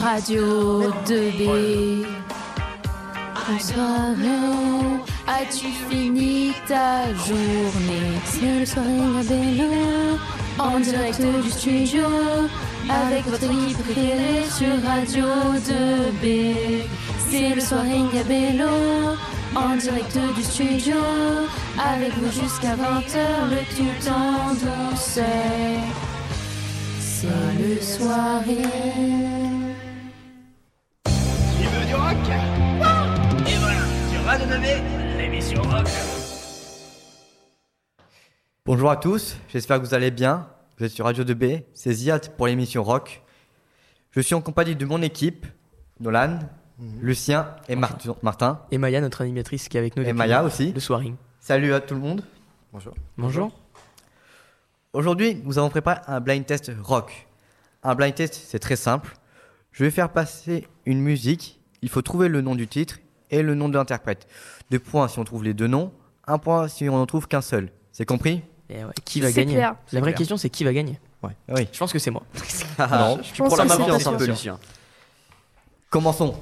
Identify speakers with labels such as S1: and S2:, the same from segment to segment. S1: Radio 2B. Bonsoir. As-tu fini ta journée C'est le soirée à Bello, en direct du studio, avec votre équipe préférée sur Radio 2B. C'est le soirée à Bello, en direct du studio, avec vous jusqu'à 20h, le tout en douceur. C'est le soirée.
S2: Tu veux du rock Et voilà, sur Radio 2B, l'émission rock.
S3: Bonjour à tous, j'espère que vous allez bien. Vous êtes sur Radio 2B, c'est Ziad pour l'émission Rock. Je suis en compagnie de mon équipe, Nolan, Lucien et Mar- Martin.
S4: Et Maya, notre animatrice qui est avec nous
S3: Et
S4: depuis
S3: Maya aussi.
S4: le soiring.
S3: Salut à tout le monde.
S4: Bonjour.
S3: Aujourd'hui, nous avons préparé un blind test rock. Un blind test, c'est très simple. Je vais faire passer une musique. Il faut trouver le nom du titre et le nom de l'interprète. Deux points si on trouve les deux noms, un point si on n'en trouve qu'un seul. C'est compris
S4: Et ouais, qui va
S5: C'est
S4: gagner
S5: clair.
S4: La vraie question c'est qui va gagner
S3: Ah Oui.
S4: Je pense que c'est moi.
S3: non.
S5: Je
S6: Pour
S5: pense
S6: la
S5: que c'est
S6: confiance
S5: sûr.
S6: un peu, Lucien.
S3: Commençons.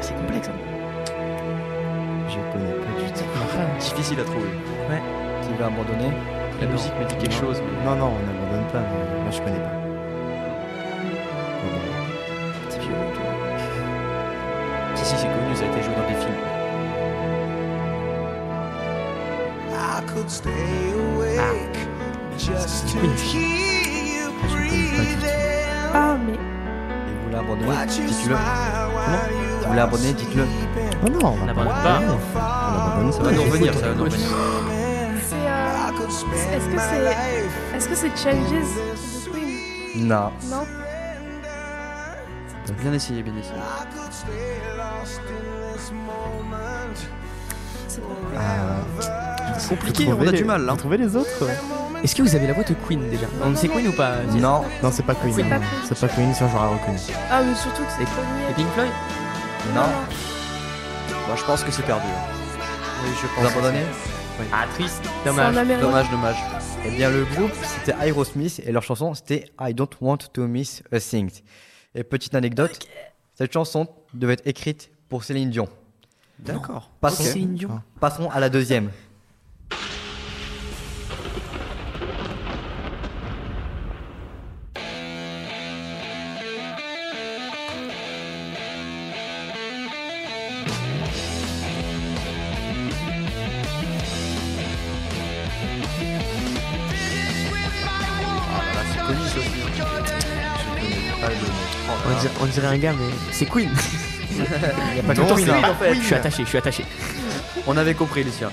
S4: C'est complexe. hein.
S3: Je connais pas du tout.
S6: Difficile à trouver.
S3: Qui va abandonner
S6: La musique me dit quelque chose, mais
S7: Non, non, on n'abandonne pas, mais moi je connais pas. Bon,
S6: c'est violent. toi. Si, si, c'est connu, ça a été joué dans des films.
S8: I could stay awake just to hear you breathing.
S5: Ah, mais
S3: Et vous l'abandonnez,
S8: Watch you
S3: dites-le.
S8: smile while you
S3: Vous l'abandonnez, dites-le.
S7: Oh
S4: Ah,
S7: non, on
S4: On
S7: abandonne
S4: abandonne
S7: pas.
S4: pas.
S7: On abandonne, ça
S6: Ah, Ça va nous
S7: va.
S6: revenir, ça va nous revenir.
S5: c'est. euh,
S8: I could spend
S5: Est-ce que
S8: my
S5: c'est.
S8: life
S5: Est-ce que c'est Challenges de Queen
S3: Non.
S5: Non
S6: Bien essayé, bien essayé.
S8: I could stay lost in this moment.
S7: C'est
S6: compliqué, on a du
S3: hein.
S6: mal, là.
S7: Trouver les autres
S4: Est-ce que vous avez la voix de Queen déjà On sait Queen ou pas Ziad
S3: Non.
S7: Non, c'est pas Queen.
S5: C'est pas
S7: non.
S5: Queen.
S7: C'est pas Queen, sinon j'aurais reconnu.
S5: Ah, mais surtout que c'est
S4: Et
S5: connu.
S4: Pink Floyd
S3: Non.
S6: Moi, Bah, je pense que c'est perdu. hein. Oui, je
S3: Vous abandonnez
S4: Ah triste,
S5: C'est en
S4: dommage.
S5: américain.
S6: Dommage, dommage.
S3: Eh bien, le groupe, c'était Aerosmith et leur chanson, c'était I Don't Want to Miss a Thing. Et petite anecdote, cette chanson devait être écrite pour Céline Dion.
S6: D'accord.
S3: Passons,
S4: Dion.
S3: passons à la deuxième.
S6: C'est connu, ça aussi.
S4: On dirait, on dirait un gars mais c'est Queen.
S3: Il
S4: Pas
S3: non,
S4: content, c'est
S3: Queen,
S4: Queen. hein.
S3: en fait.
S4: Je suis attaché, je suis attaché.
S6: On avait compris, Lucien.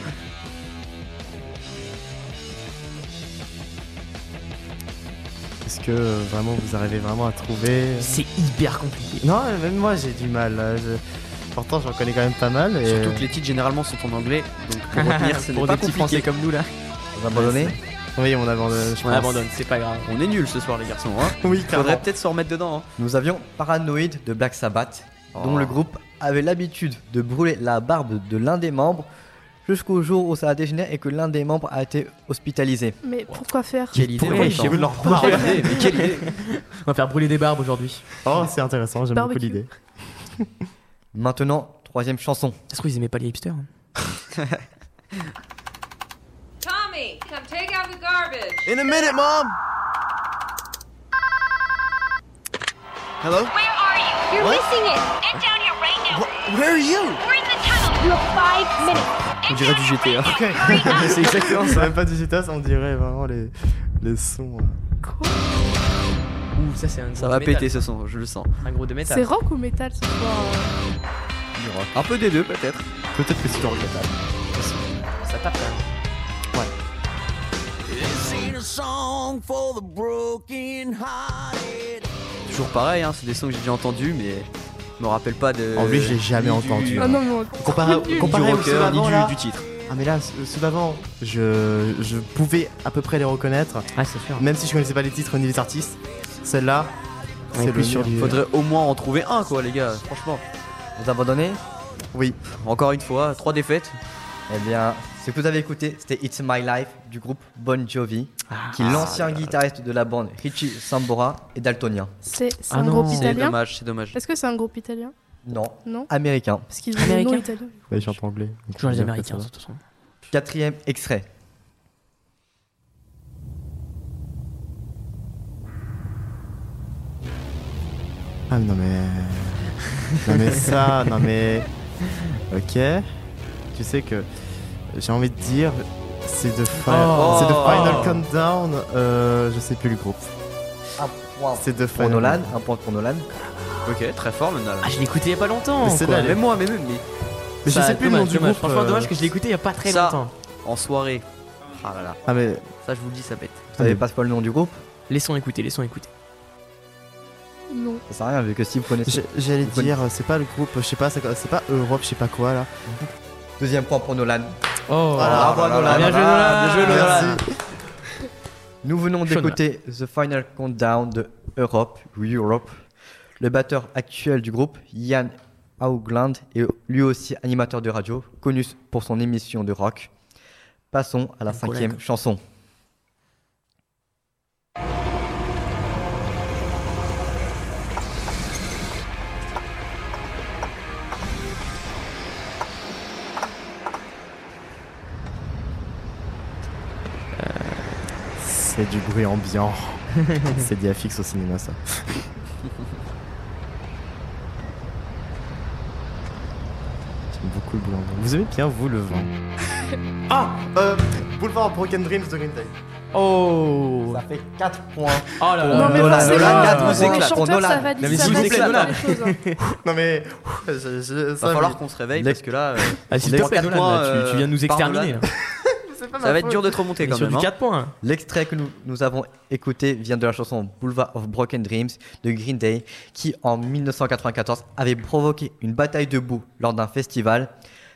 S7: Est-ce que euh, vraiment vous arrivez vraiment à trouver euh
S4: C'est hyper compliqué.
S7: Non, euh, même moi j'ai du mal. euh, je- Pourtant j'en connais quand même pas mal. Et...
S6: Surtout que les titres généralement sont en anglais, donc pour retenir, ce n'est
S4: Pour
S6: pas
S4: des petits français
S6: compliqué.
S4: comme nous là.
S3: Vous abandonnez
S7: euh, Oui, on abandonne. Je
S4: On
S7: pense.
S4: abandonne, c'est pas grave.
S6: On est nuls ce soir, les garçons. Hein.
S7: Oui,
S6: Faudrait
S7: clairement.
S6: peut-être s'en remettre dedans. Hein.
S3: Nous avions Paranoid de Black Sabbath, dont
S6: Oh.
S3: le groupe avait l'habitude de brûler la barbe de l'un des membres jusqu'au jour où ça a dégénéré et que l'un des membres a été hospitalisé.
S5: Mais pourquoi faire
S6: Quelle idée,
S4: pourrait,
S6: en même
S4: j'ai
S6: temps.
S4: voulu
S7: leur
S6: Quelle idée, mais quelle idée.
S4: On va faire brûler des barbes aujourd'hui.
S7: Oh, c'est intéressant, j'aime beaucoup
S5: Barbecue.
S7: l'idée.
S3: Maintenant, troisième chanson.
S4: Ça se trouve ils aimaient pas les hipsters. hein.
S9: Tommy, come take out the garbage.
S8: In a minute, mom.
S7: Hello
S9: Where are you? You're missing it. Get down here right now.
S8: Where are you?
S9: We're in the tunnel. You have five minutes.
S6: On dirait du GTA.
S7: C'est exactement ça. même pas du Citas, on dirait vraiment les, les sons. euh.
S4: Ouh, ça c'est un gros
S6: Ça va
S4: de métal.
S6: péter ce son, je le sens.
S4: Un gros de métal.
S5: C'est rock ou métal ce soir euh
S6: Un peu des deux, peut-être.
S7: Peut-être que c'est dans le Citas.
S4: Ça tape quand même.
S8: This ain't a song for the broken hearted.
S6: Toujours pareil, hein, c'est des sons que j'ai déjà entendus, mais je me rappelle pas de.
S7: En plus, je l'ai jamais
S6: ni
S7: entendu.
S6: Du,
S5: Ah non, mais
S7: Comparé,
S6: ni du
S7: comparé aux sons
S6: rocker, ni
S7: d'avant, là,
S6: du, du titre.
S7: Ah mais là, ceux ceux d'avant, je, je pouvais à peu près les reconnaître,
S4: Ah c'est sûr.
S7: même si je connaissais pas les titres ni les artistes. Celle-là,
S4: est
S7: c'est
S4: plus
S7: le
S4: sur
S7: mur.
S4: du-
S7: Faudrait-
S6: Faudrait au moins en trouver un, quoi, les gars, franchement.
S3: Vous abandonnez
S7: Oui.
S3: Encore une fois, trois défaites. Eh bien, ce que vous avez écouté, c'était It's My Life du groupe Bon Jovi,
S6: Ah,
S3: qui est l'ancien guitariste de la bande Richie Sambora et daltonien.
S5: C'est c'est
S4: Ah
S5: un
S4: non.
S5: groupe
S4: C'est
S6: C'est
S5: italien
S6: dommage, c'est dommage.
S5: Est-ce que c'est un groupe italien
S3: Non,
S5: Non
S3: américain.
S5: Parce qu'ils ont des noms
S4: Américain
S5: italiens.
S7: Bah, ils chantent anglais. donc
S4: Toujours
S7: on
S4: les
S7: dirait
S4: Américains,
S7: que
S4: de
S7: ça va.
S4: toute façon.
S3: Quatrième extrait.
S7: Ah mais non mais... non mais ça, non mais... Ok. Tu sais que j'ai envie de dire, c'est de faire...
S4: Oh.
S7: C'est de Final Countdown, euh, je sais plus le groupe.
S3: Un point
S7: C'est de
S3: pour
S7: Final
S3: Nolan, un point pour Nolan.
S6: Ok, très fort le Nolan.
S4: Ah, je l'ai écouté il y a pas longtemps.
S7: Mais c'est
S4: quoi.
S7: là, les-
S4: Même moi, même eux, mais.
S7: Mais je
S4: Ça,
S7: sais plus le nom
S4: dommage,
S7: du
S4: dommage.
S7: groupe.
S4: Franchement,
S7: euh,
S4: dommage que je l'ai écouté il y a pas très
S6: Ça.
S4: longtemps.
S6: En soirée. Ah là là,
S7: Ah mais...
S6: ça je vous le dis, ça pète.
S3: Vous savez pas c'est quoi le nom du groupe
S4: Laissons écouter, laissons écouter.
S5: Non.
S3: Ça sert à rien vu que si vous connaissez.
S7: j'ai- J'allais
S3: Vous
S7: dire, c'est pas le groupe, je sais pas, c'est quoi- c'est pas Europe, je sais pas quoi là.
S3: Deuxième point pour Nolan.
S4: Oh,
S7: Voilà.
S3: Bravo à Nolan.
S4: bien joué, Nolan.
S6: bien joué, Nolan.
S7: Merci.
S3: Nous venons
S4: Sean
S3: d'écouter The Final Countdown de Europe, Europe. Le batteur actuel du groupe, Ian Haugland, est lui aussi animateur de radio, connu pour son émission de rock. Passons à la
S4: Un collègue.
S3: cinquième chanson.
S7: C'est du bruit ambiant. c'est Diafix au cinéma ça. J'aime beaucoup le boulevard. Vous aimez bien vous le vent. ah euh, Boulevard Broken Dreams de Green Day.
S4: Oh.
S3: Ça fait 4 points.
S4: Oh là là.
S5: Non, mais
S3: Nolan,
S5: forcément,
S3: Nolan,
S5: euh,
S3: quatre,
S5: pour
S3: vous
S5: les
S3: éclatez.
S5: chanteurs,
S3: Pour Nolan.
S5: ça va
S4: Mais
S5: ça
S4: s'il
S5: va
S4: vous
S5: vite
S4: éclate,
S5: faire
S4: Nolan.
S5: les choses. hein.
S7: Non mais. je- je- ça,
S6: Va falloir
S7: mais-
S6: qu'on se réveille
S3: Les-
S6: parce que là, euh,
S4: Ah, s'il
S6: On est
S4: te
S6: sur
S4: plaît,
S6: quatre
S4: Nolan, là,
S6: points,
S4: tu,
S6: euh,
S4: tu viens de nous
S6: par
S4: exterminer.
S6: Nolan.
S4: là.
S7: c'est pas ma
S6: ça va être
S7: faute.
S6: dur de te remonter quand
S4: Sur
S6: même.
S4: du
S6: hein.
S4: 4 points. Ah
S3: L'extrait que nous, nous avons écouté vient de la chanson Boulevard of Broken Dreams de Green Day, qui en 1994 avait provoqué une bataille de boue lors d'un festival.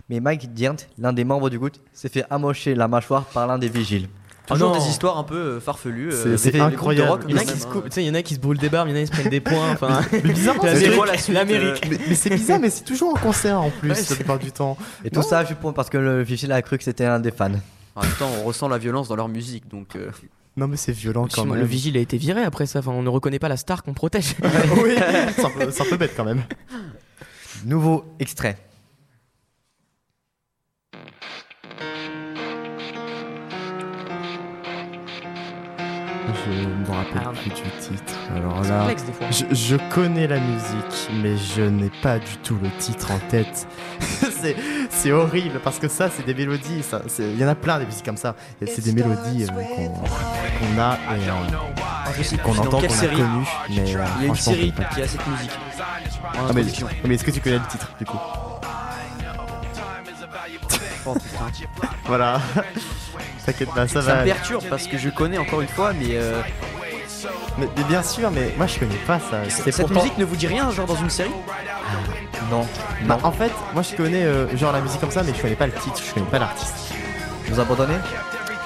S3: Mais Mike Dirnt, l'un des membres du groupe, s'est fait amocher la mâchoire par l'un des vigiles.
S6: Toujours
S4: Oh non.
S6: des histoires un peu euh, farfelues. euh,
S7: Ah C'est-
S6: des-
S7: C'est
S6: des groupes de
S7: incroyable.
S6: rock,
S4: Il y en a
S6: quand
S4: qui
S6: même,
S4: se
S6: hein.
S4: cou- tu sais, il y en a qui se brûlent des barres, il y en a qui se prennent des points. Enfin,
S7: bizarre,
S6: C'est
S4: L'Amérique-
S6: quoi la suite, euh,
S4: L'Amérique.
S7: Mais, mais c'est bizarre, mais c'est toujours en concert en plus
S6: Ouais,
S7: la
S6: c'est-
S7: plupart du temps.
S3: Et tout ça, je pense, parce que le vigile a cru que c'était un des fans.
S6: En même temps, on ressent la violence dans leur musique, donc. euh,
S7: Non mais c'est violent quand
S4: Excuse-moi,
S7: même.
S4: Le vigile a été viré après ça. Enfin, on ne reconnaît pas la star qu'on protège.
S7: oui, c'est un, peu- c'est un peu bête quand même.
S3: Nouveau extrait.
S7: Je me rappelle
S4: Ah,
S7: plus du titre. Alors
S4: C'est
S7: là,
S4: complexe des fois.
S7: je, je connais la musique, mais je n'ai pas du tout le titre en tête. c'est, c'est horrible parce que ça, c'est des mélodies. Ça, c'est- il y en a plein des musiques comme ça. Et C'est des mélodies euh, qu'on, qu'on a et euh,
S6: Ah,
S7: qu'on
S6: dans
S7: entend, qu'on
S6: quelle
S7: a
S6: série
S7: connues. Mais euh,
S6: Il y a une
S7: franchement,
S6: série
S7: je connais pas.
S6: qui a cette musique.
S7: Ah, mais, mais est-ce que tu connais le titre du coup Voilà. T'inquiète pas, ça
S6: Ça
S7: va.
S6: me
S7: aller.
S6: perturbe parce que je connais encore une fois, mais euh,
S7: Mais, mais bien sûr, mais moi je connais pas ça.
S6: cette musique ne vous dit rien, genre dans une série
S3: Non, non.
S7: Bah, en fait, moi je connais euh, genre la musique comme ça, mais je connais pas le titre, je connais pas l'artiste.
S3: Vous abandonnez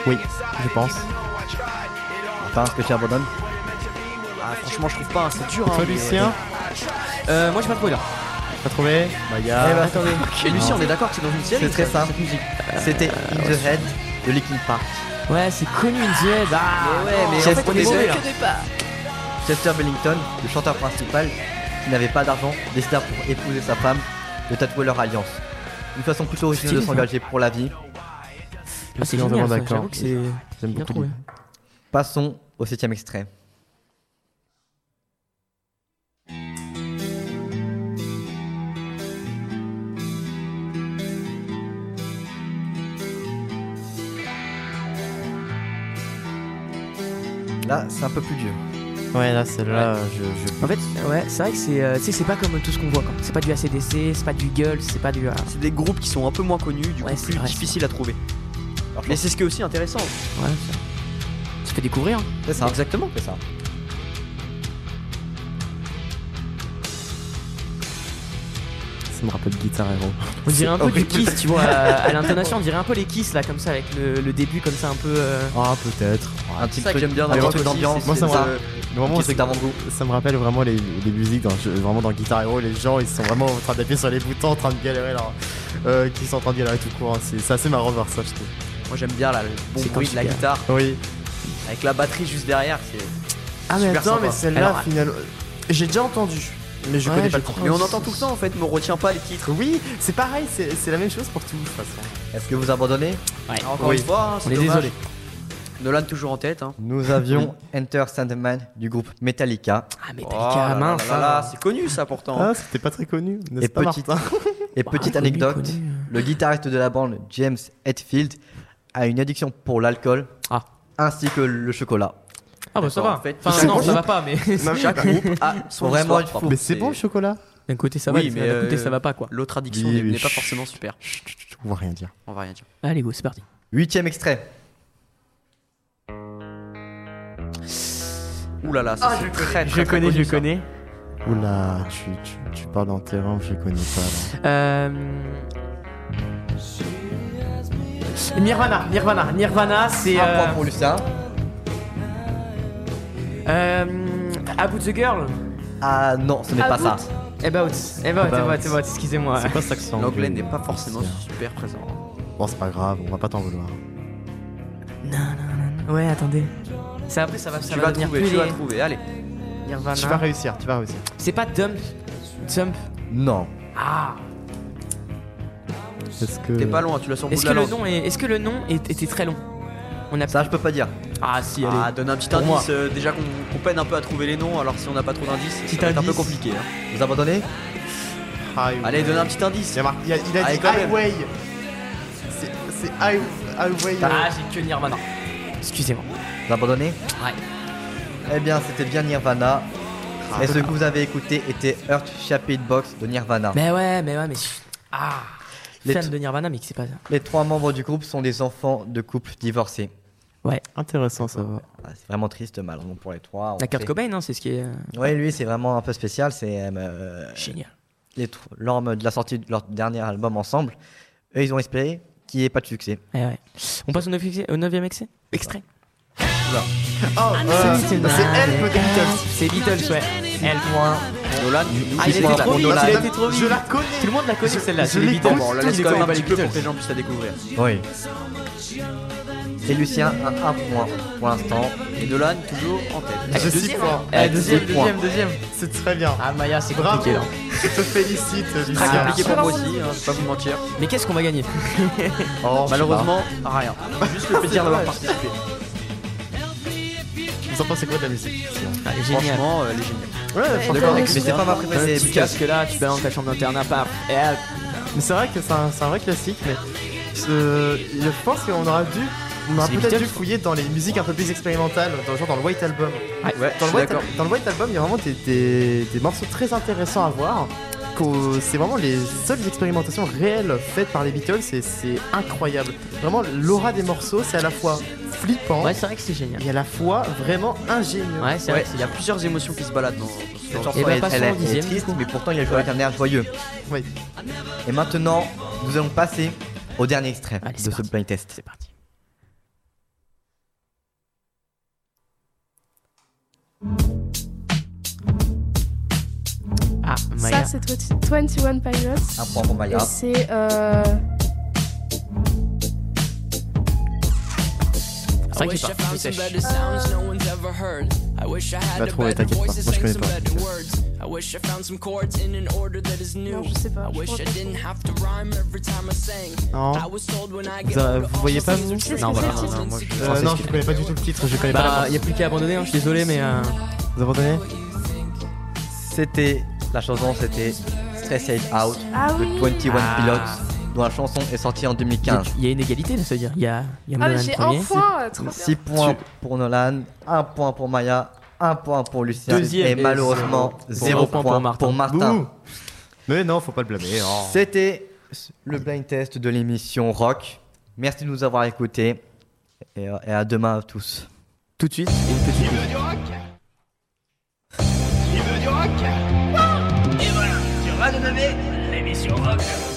S7: Oui, je pense.
S3: Enfin, est-ce que tu abandonnes
S6: Ah, franchement, je trouve pas, c'est dur. hein,
S7: Toi,
S6: mais-
S7: Lucien,
S4: Euh, moi, j'ai pas trouvé là.
S7: t'as trouvé Bah, Maya.
S3: Eh ben,
S6: Attendez, Et Ah. Lucien, on est d'accord que c'est dans une série
S3: C'est très
S6: ça,
S3: simple.
S6: cette musique.
S3: C'était In the Head de Linkin Park.
S4: Ouais, c'est connu une Z. Ah,
S6: Eh, Mais ouais, mais en
S4: Chester
S6: fait, on est
S4: Bennington.
S6: mauvais, là.
S3: Chester Bennington, le chanteur principal, qui n'avait pas d'argent, décida pour épouser sa femme de tatouer leur alliance. Une façon plutôt originale de
S4: Stylé, ça.
S3: s'engager pour la vie.
S4: Ah, c'est
S7: Je suis
S4: génial.
S7: vraiment
S4: ça,
S7: d'accord.
S4: J'avoue que c'est bien
S7: J'aime beaucoup.
S4: trouvé.
S3: Passons au septième extrait. Là, c'est un peu plus dur.
S7: Ouais, là, celle-là, euh, je. je-
S4: En fait, ouais, c'est vrai que c'est, euh, tu sais, c'est pas comme tout ce qu'on voit. quoi. C'est pas du ACDC, c'est pas du Gull, c'est pas du. euh,
S6: C'est des groupes qui sont un peu moins connus, du coup
S4: Ouais, c'est
S6: plus
S4: vrai.
S6: difficile à trouver. Mais c'est ce qui est aussi intéressant.
S4: Ouais, ça. Ça fait découvrir. hein.
S3: C'est ça.
S6: Exactement.
S3: C'est ça.
S7: ça me rappelle Guitar Hero.
S4: On dirait un peu
S7: horrible.
S4: du Kiss, tu vois, à, à l'intonation, on dirait un peu les Kiss là, comme ça, avec le, le début comme ça, un peu. euh,
S7: Ah, peut-être.
S3: Un petit truc j'aime bien,
S7: Ah,
S3: un
S7: moi
S3: petit truc
S7: aussi,
S3: d'ambiance.
S7: c'est- moi, ça
S3: c'est
S7: me-
S3: ça.
S7: Le moment où
S3: Kiss
S7: c'est
S3: d'avant-goût.
S7: Ça me rappelle vraiment les, les musiques dans, je- vraiment dans Guitar Hero, les gens ils sont vraiment en train d'appuyer sur les boutons, en train de galérer leur. Euh, qui sont en train de galérer tout court, hein. c'est c'est assez marrant de voir ça je trouve.
S3: Moi j'aime bien là, le bon
S7: C'est
S3: bruit de la
S7: comme
S3: guitare
S7: Oui.
S3: avec la batterie juste derrière. c'est-
S7: Ah
S3: mais attends, mais
S7: celle-là finalement.
S6: J'ai déjà entendu.
S7: Mais je
S6: Ouais,
S7: connais
S6: je
S7: pas le titre.
S6: crois.
S3: Mais on entend tout le temps en fait, mais on retient pas les titres.
S7: Oui, c'est pareil, c'est c'est la même chose pour tout de toute façon.
S3: Est-ce que vous abandonnez
S6: Ouais.
S3: Encore
S7: Oui.
S3: une fois, hein, c'est
S4: On est
S3: dommage.
S4: désolé.
S6: Nolan toujours en tête. Hein.
S3: Nous avions Enter Sandman du groupe Metallica.
S4: Ah,
S6: Oh
S4: Metallica,
S6: là là
S4: mince.
S6: là là,
S4: hein.
S6: c'est connu ça pourtant.
S7: Ah, c'était pas très connu, n'est-ce
S3: Et
S7: pas
S3: petite-
S7: Martin
S3: Et
S4: Bah,
S3: petite
S4: connu,
S3: anecdote,
S4: connu.
S3: le guitariste de la bande James Hetfield a une addiction pour l'alcool
S4: Ah.
S3: ainsi que le chocolat.
S4: Ah, bah ça
S3: D'accord,
S4: va.
S3: en fait,
S4: enfin,
S3: c'est
S4: non,
S3: bon.
S4: ça va pas, mais.
S6: Chaque groupe
S3: Ah,
S6: a son
S3: Vraiment,
S6: histoire
S3: il
S6: propre.
S7: Mais c'est bon le chocolat
S4: D'un côté ça va,
S6: Oui, mais
S4: d'un côté
S6: euh,
S4: ça va pas quoi.
S6: L'autre addiction
S7: Oui,
S6: n'est
S7: oui,
S6: n'est pas
S7: chut.
S6: forcément super.
S7: Chut, chut, chut, on va rien dire.
S6: On va rien dire.
S4: Allez, go, c'est parti.
S3: Huitième extrait.
S6: Ouh là là, ça c'est très, très
S4: Ah, Je
S6: très
S4: connais,
S6: connu,
S4: je
S6: ça.
S4: connais.
S7: Oula, tu, tu, tu parles en terrain que je connais pas.
S4: Euh... Nirvana, Nirvana, Nirvana, c'est.
S3: Un point
S4: Euh,
S3: pour Lucien.
S4: euh, About the Girl.
S3: Ah non, ce n'est pas ça.
S4: About,
S5: About.
S4: about,
S7: About.
S4: about, about, excusez-moi.
S7: là. C'est quoi cet accent
S6: L'anglais
S7: du-
S6: n'est pas forcément
S7: Lucien
S6: super présent.
S7: Bon, c'est pas grave, on va pas t'en vouloir.
S4: Ouais, attendez. Ça après, ça va, ça
S6: Tu
S4: va
S6: vas
S4: venir
S6: trouver,
S4: plus
S6: tu vas
S4: les-
S6: trouver. Allez,
S4: Nirvana.
S7: Tu vas réussir, tu vas réussir.
S4: C'est pas Dump. Dump.
S3: Non.
S4: Ah.
S7: Est-ce que.
S6: t'es pas loin, tu l'as sur le bout
S4: Est-ce
S6: de
S4: que
S6: la
S4: le
S6: langue.
S4: nom est, est-ce que le nom est- était très long On a
S3: Ça, je peux pas dire.
S4: Ah si, allez.
S6: Ah, donne un petit
S3: Pour moi.
S6: indice. euh, déjà qu'on qu'on peine un peu à trouver les noms, alors si on n'a pas trop d'indices,
S4: Petit
S6: c'est un peu
S4: indice.
S6: compliqué. hein.
S3: Vous abandonnez
S7: Ah, oui.
S6: Allez, donne un petit indice.
S7: Il a, marqué- il a- il a
S6: Allez,
S7: dit
S6: quand même.
S7: Highway. C'est c'est High- Highway.
S4: Ah, j'ai que Nirvana. Excusez-moi.
S3: Vous abandonnez
S4: Ouais.
S3: Eh bien, c'était bien Nirvana.
S6: Ah,
S3: Et ce que vous avez écouté était Earth Shape Box de Nirvana.
S4: Mais ouais, mais ouais, mais. Ah.
S3: Les
S4: Fan
S3: t-
S4: de Nirvana, mais qui c'est pas ça.
S3: Les trois membres du groupe sont des enfants de couples divorcés.
S7: Intéressant, ça va.
S3: Ah, c'est vraiment triste, malheureusement pour les trois. on
S4: La carte
S3: sait.
S4: Cobain, hein, c'est ce qui est euh,
S3: Ouais, lui, c'est vraiment un peu spécial. C'est euh,
S4: génial.
S3: les tr- lors de la sortie de leur dernier album ensemble. Eux, ils ont espéré qu'il n'y ait pas de succès.
S4: Ouais, ouais. On passe au 9 au neuvième excès Extrait.
S6: Ah,
S7: Oh, euh, c'est
S4: Beatles.
S7: elle peut-être.
S4: C'est Beatles, ouais. Elle.
S6: Nolan, tu nous
S4: Ah, il
S6: fais
S4: était
S6: quoi,
S4: trop
S6: là,
S4: vite,
S6: Nolan
S4: il était trop vite.
S7: Je la connais.
S4: Tout le monde la connaît celle-là,
S7: je
S4: c'est les
S7: l'écoute.
S4: Beatles.
S6: Bon, on la laisse
S4: Tout le
S6: quand même
S4: monde
S6: un
S4: connaît
S6: petit
S4: les
S6: peu pour
S4: Beatles.
S6: que les gens puissent la découvrir.
S3: Oui. Et Lucien a un point pour l'instant. Euh,
S6: Et Nolan, toujours en tête.
S7: Je suis fort.
S4: Eh, deuxième,
S3: Dix points.
S4: deuxième, deuxième.
S7: C'est très bien.
S4: Ah, Maya, c'est
S7: Bravo.
S4: compliqué là.
S7: Je te félicite,
S6: Très
S7: Lucien.
S6: compliqué pour moi aussi, hein, je vais pas vous mentir.
S4: Mais qu'est-ce qu'on va gagner
S7: Oh,
S6: Malheureusement, rien. Juste le plaisir d'avoir participé.
S7: je sais pas. Vous en pensez quoi de la musique
S4: Allez, Génial.
S6: Franchement, euh, elle est géniale.
S7: Ouais,
S5: Ouais.
S3: D'accord,
S5: Ouais.
S3: mais c'était pas ma préférée.
S4: Un
S3: c'est
S4: petit
S3: efficace.
S4: casque là, tu balances ta chambre d'internat, paf. Et hop.
S7: mais c'est vrai que c'est un, c'est un vrai classique, mais ce- je pense qu'on aura dû. On aura
S4: C'est les
S7: peut-être dû
S4: Beatles.
S7: fouiller dans les musiques un peu plus expérimentales, dans, genre dans le White Album.
S6: Ouais, je
S7: Dans
S6: suis
S7: le, White,
S6: d'accord.
S7: dans le White Album, il y a vraiment des, des- des morceaux très intéressants à voir. qu'au- C'est vraiment les seules expérimentations réelles faites par les Beatles et c'est incroyable. Vraiment, l'aura des morceaux, c'est à la fois flippant
S4: Ouais, c'est vrai que c'est génial.
S7: et à la fois vraiment ingénieux.
S4: Ouais, c'est vrai
S6: Ouais,
S4: que
S6: il y a plusieurs émotions qui se baladent dans
S3: Cette
S6: dans
S3: chanson
S4: Eh ben,
S3: elle-
S4: passons
S3: elle,
S4: au
S3: est- elle est
S4: dixième,
S3: triste,
S4: du coup.
S3: mais pourtant il a joué avec un air joyeux.
S7: Oui.
S3: Et maintenant, nous allons passer au dernier extrait
S4: Allez, c'est
S3: de
S4: parti.
S3: ce blind test.
S4: C'est parti. Ah, Maya.
S5: Ça, c'est 21 Pilots.
S3: Un point pour Maya.
S5: Et c'est. Euh...
S4: C'est vrai que j'ai pas. Je sèche.
S7: Va trouver, t'inquiète pas. Euh, Moi, je connais pas.
S5: Non, je sais pas. Ah je crois que-
S7: Non. Vous, euh, vous voyez pas vous
S5: Qu'est-ce
S4: Non,
S5: que c'est
S4: voilà.
S5: le titre
S4: moi, je-
S7: Euh,
S4: je sais
S7: Non,
S4: ce
S7: je
S4: que-
S7: connais pas du tout le titre, je connais pas.
S4: Bah,
S7: la
S4: y a plus qu'à abandonner, hein, je suis désolé, mais. euh,
S7: bande. Vous abandonnez
S3: C'était la chanson, c'était Stress It Out
S5: Ah
S3: de
S5: oui
S3: 21
S4: Ah.
S3: Pilots, dont la chanson est sortie en
S4: Il y a-
S3: 2015.
S4: il y, a une égalité, ça veut dire. Il y a, il y a
S5: Ah, mais
S4: Nolan
S5: j'ai
S4: premier.
S5: un point Trop bien
S3: 6 points pour Nolan, 1 point pour Maya, 1 point pour Lucien
S4: Deuxième
S3: et
S4: et
S3: malheureusement
S4: zéro.
S3: 0
S4: point
S3: point
S4: pour
S3: pour
S4: Martin.
S3: Martin.
S7: Bouh. Mais non, faut pas le blâmer. oh.
S3: C'était le blind test de l'émission Rock. Merci de nous avoir écoutés et, euh, et à demain à tous.
S4: Tout de suite, une petite.
S2: Il veut du rock Il veut du rock Et voilà, tu vas de nommer l'émission l'émission rock.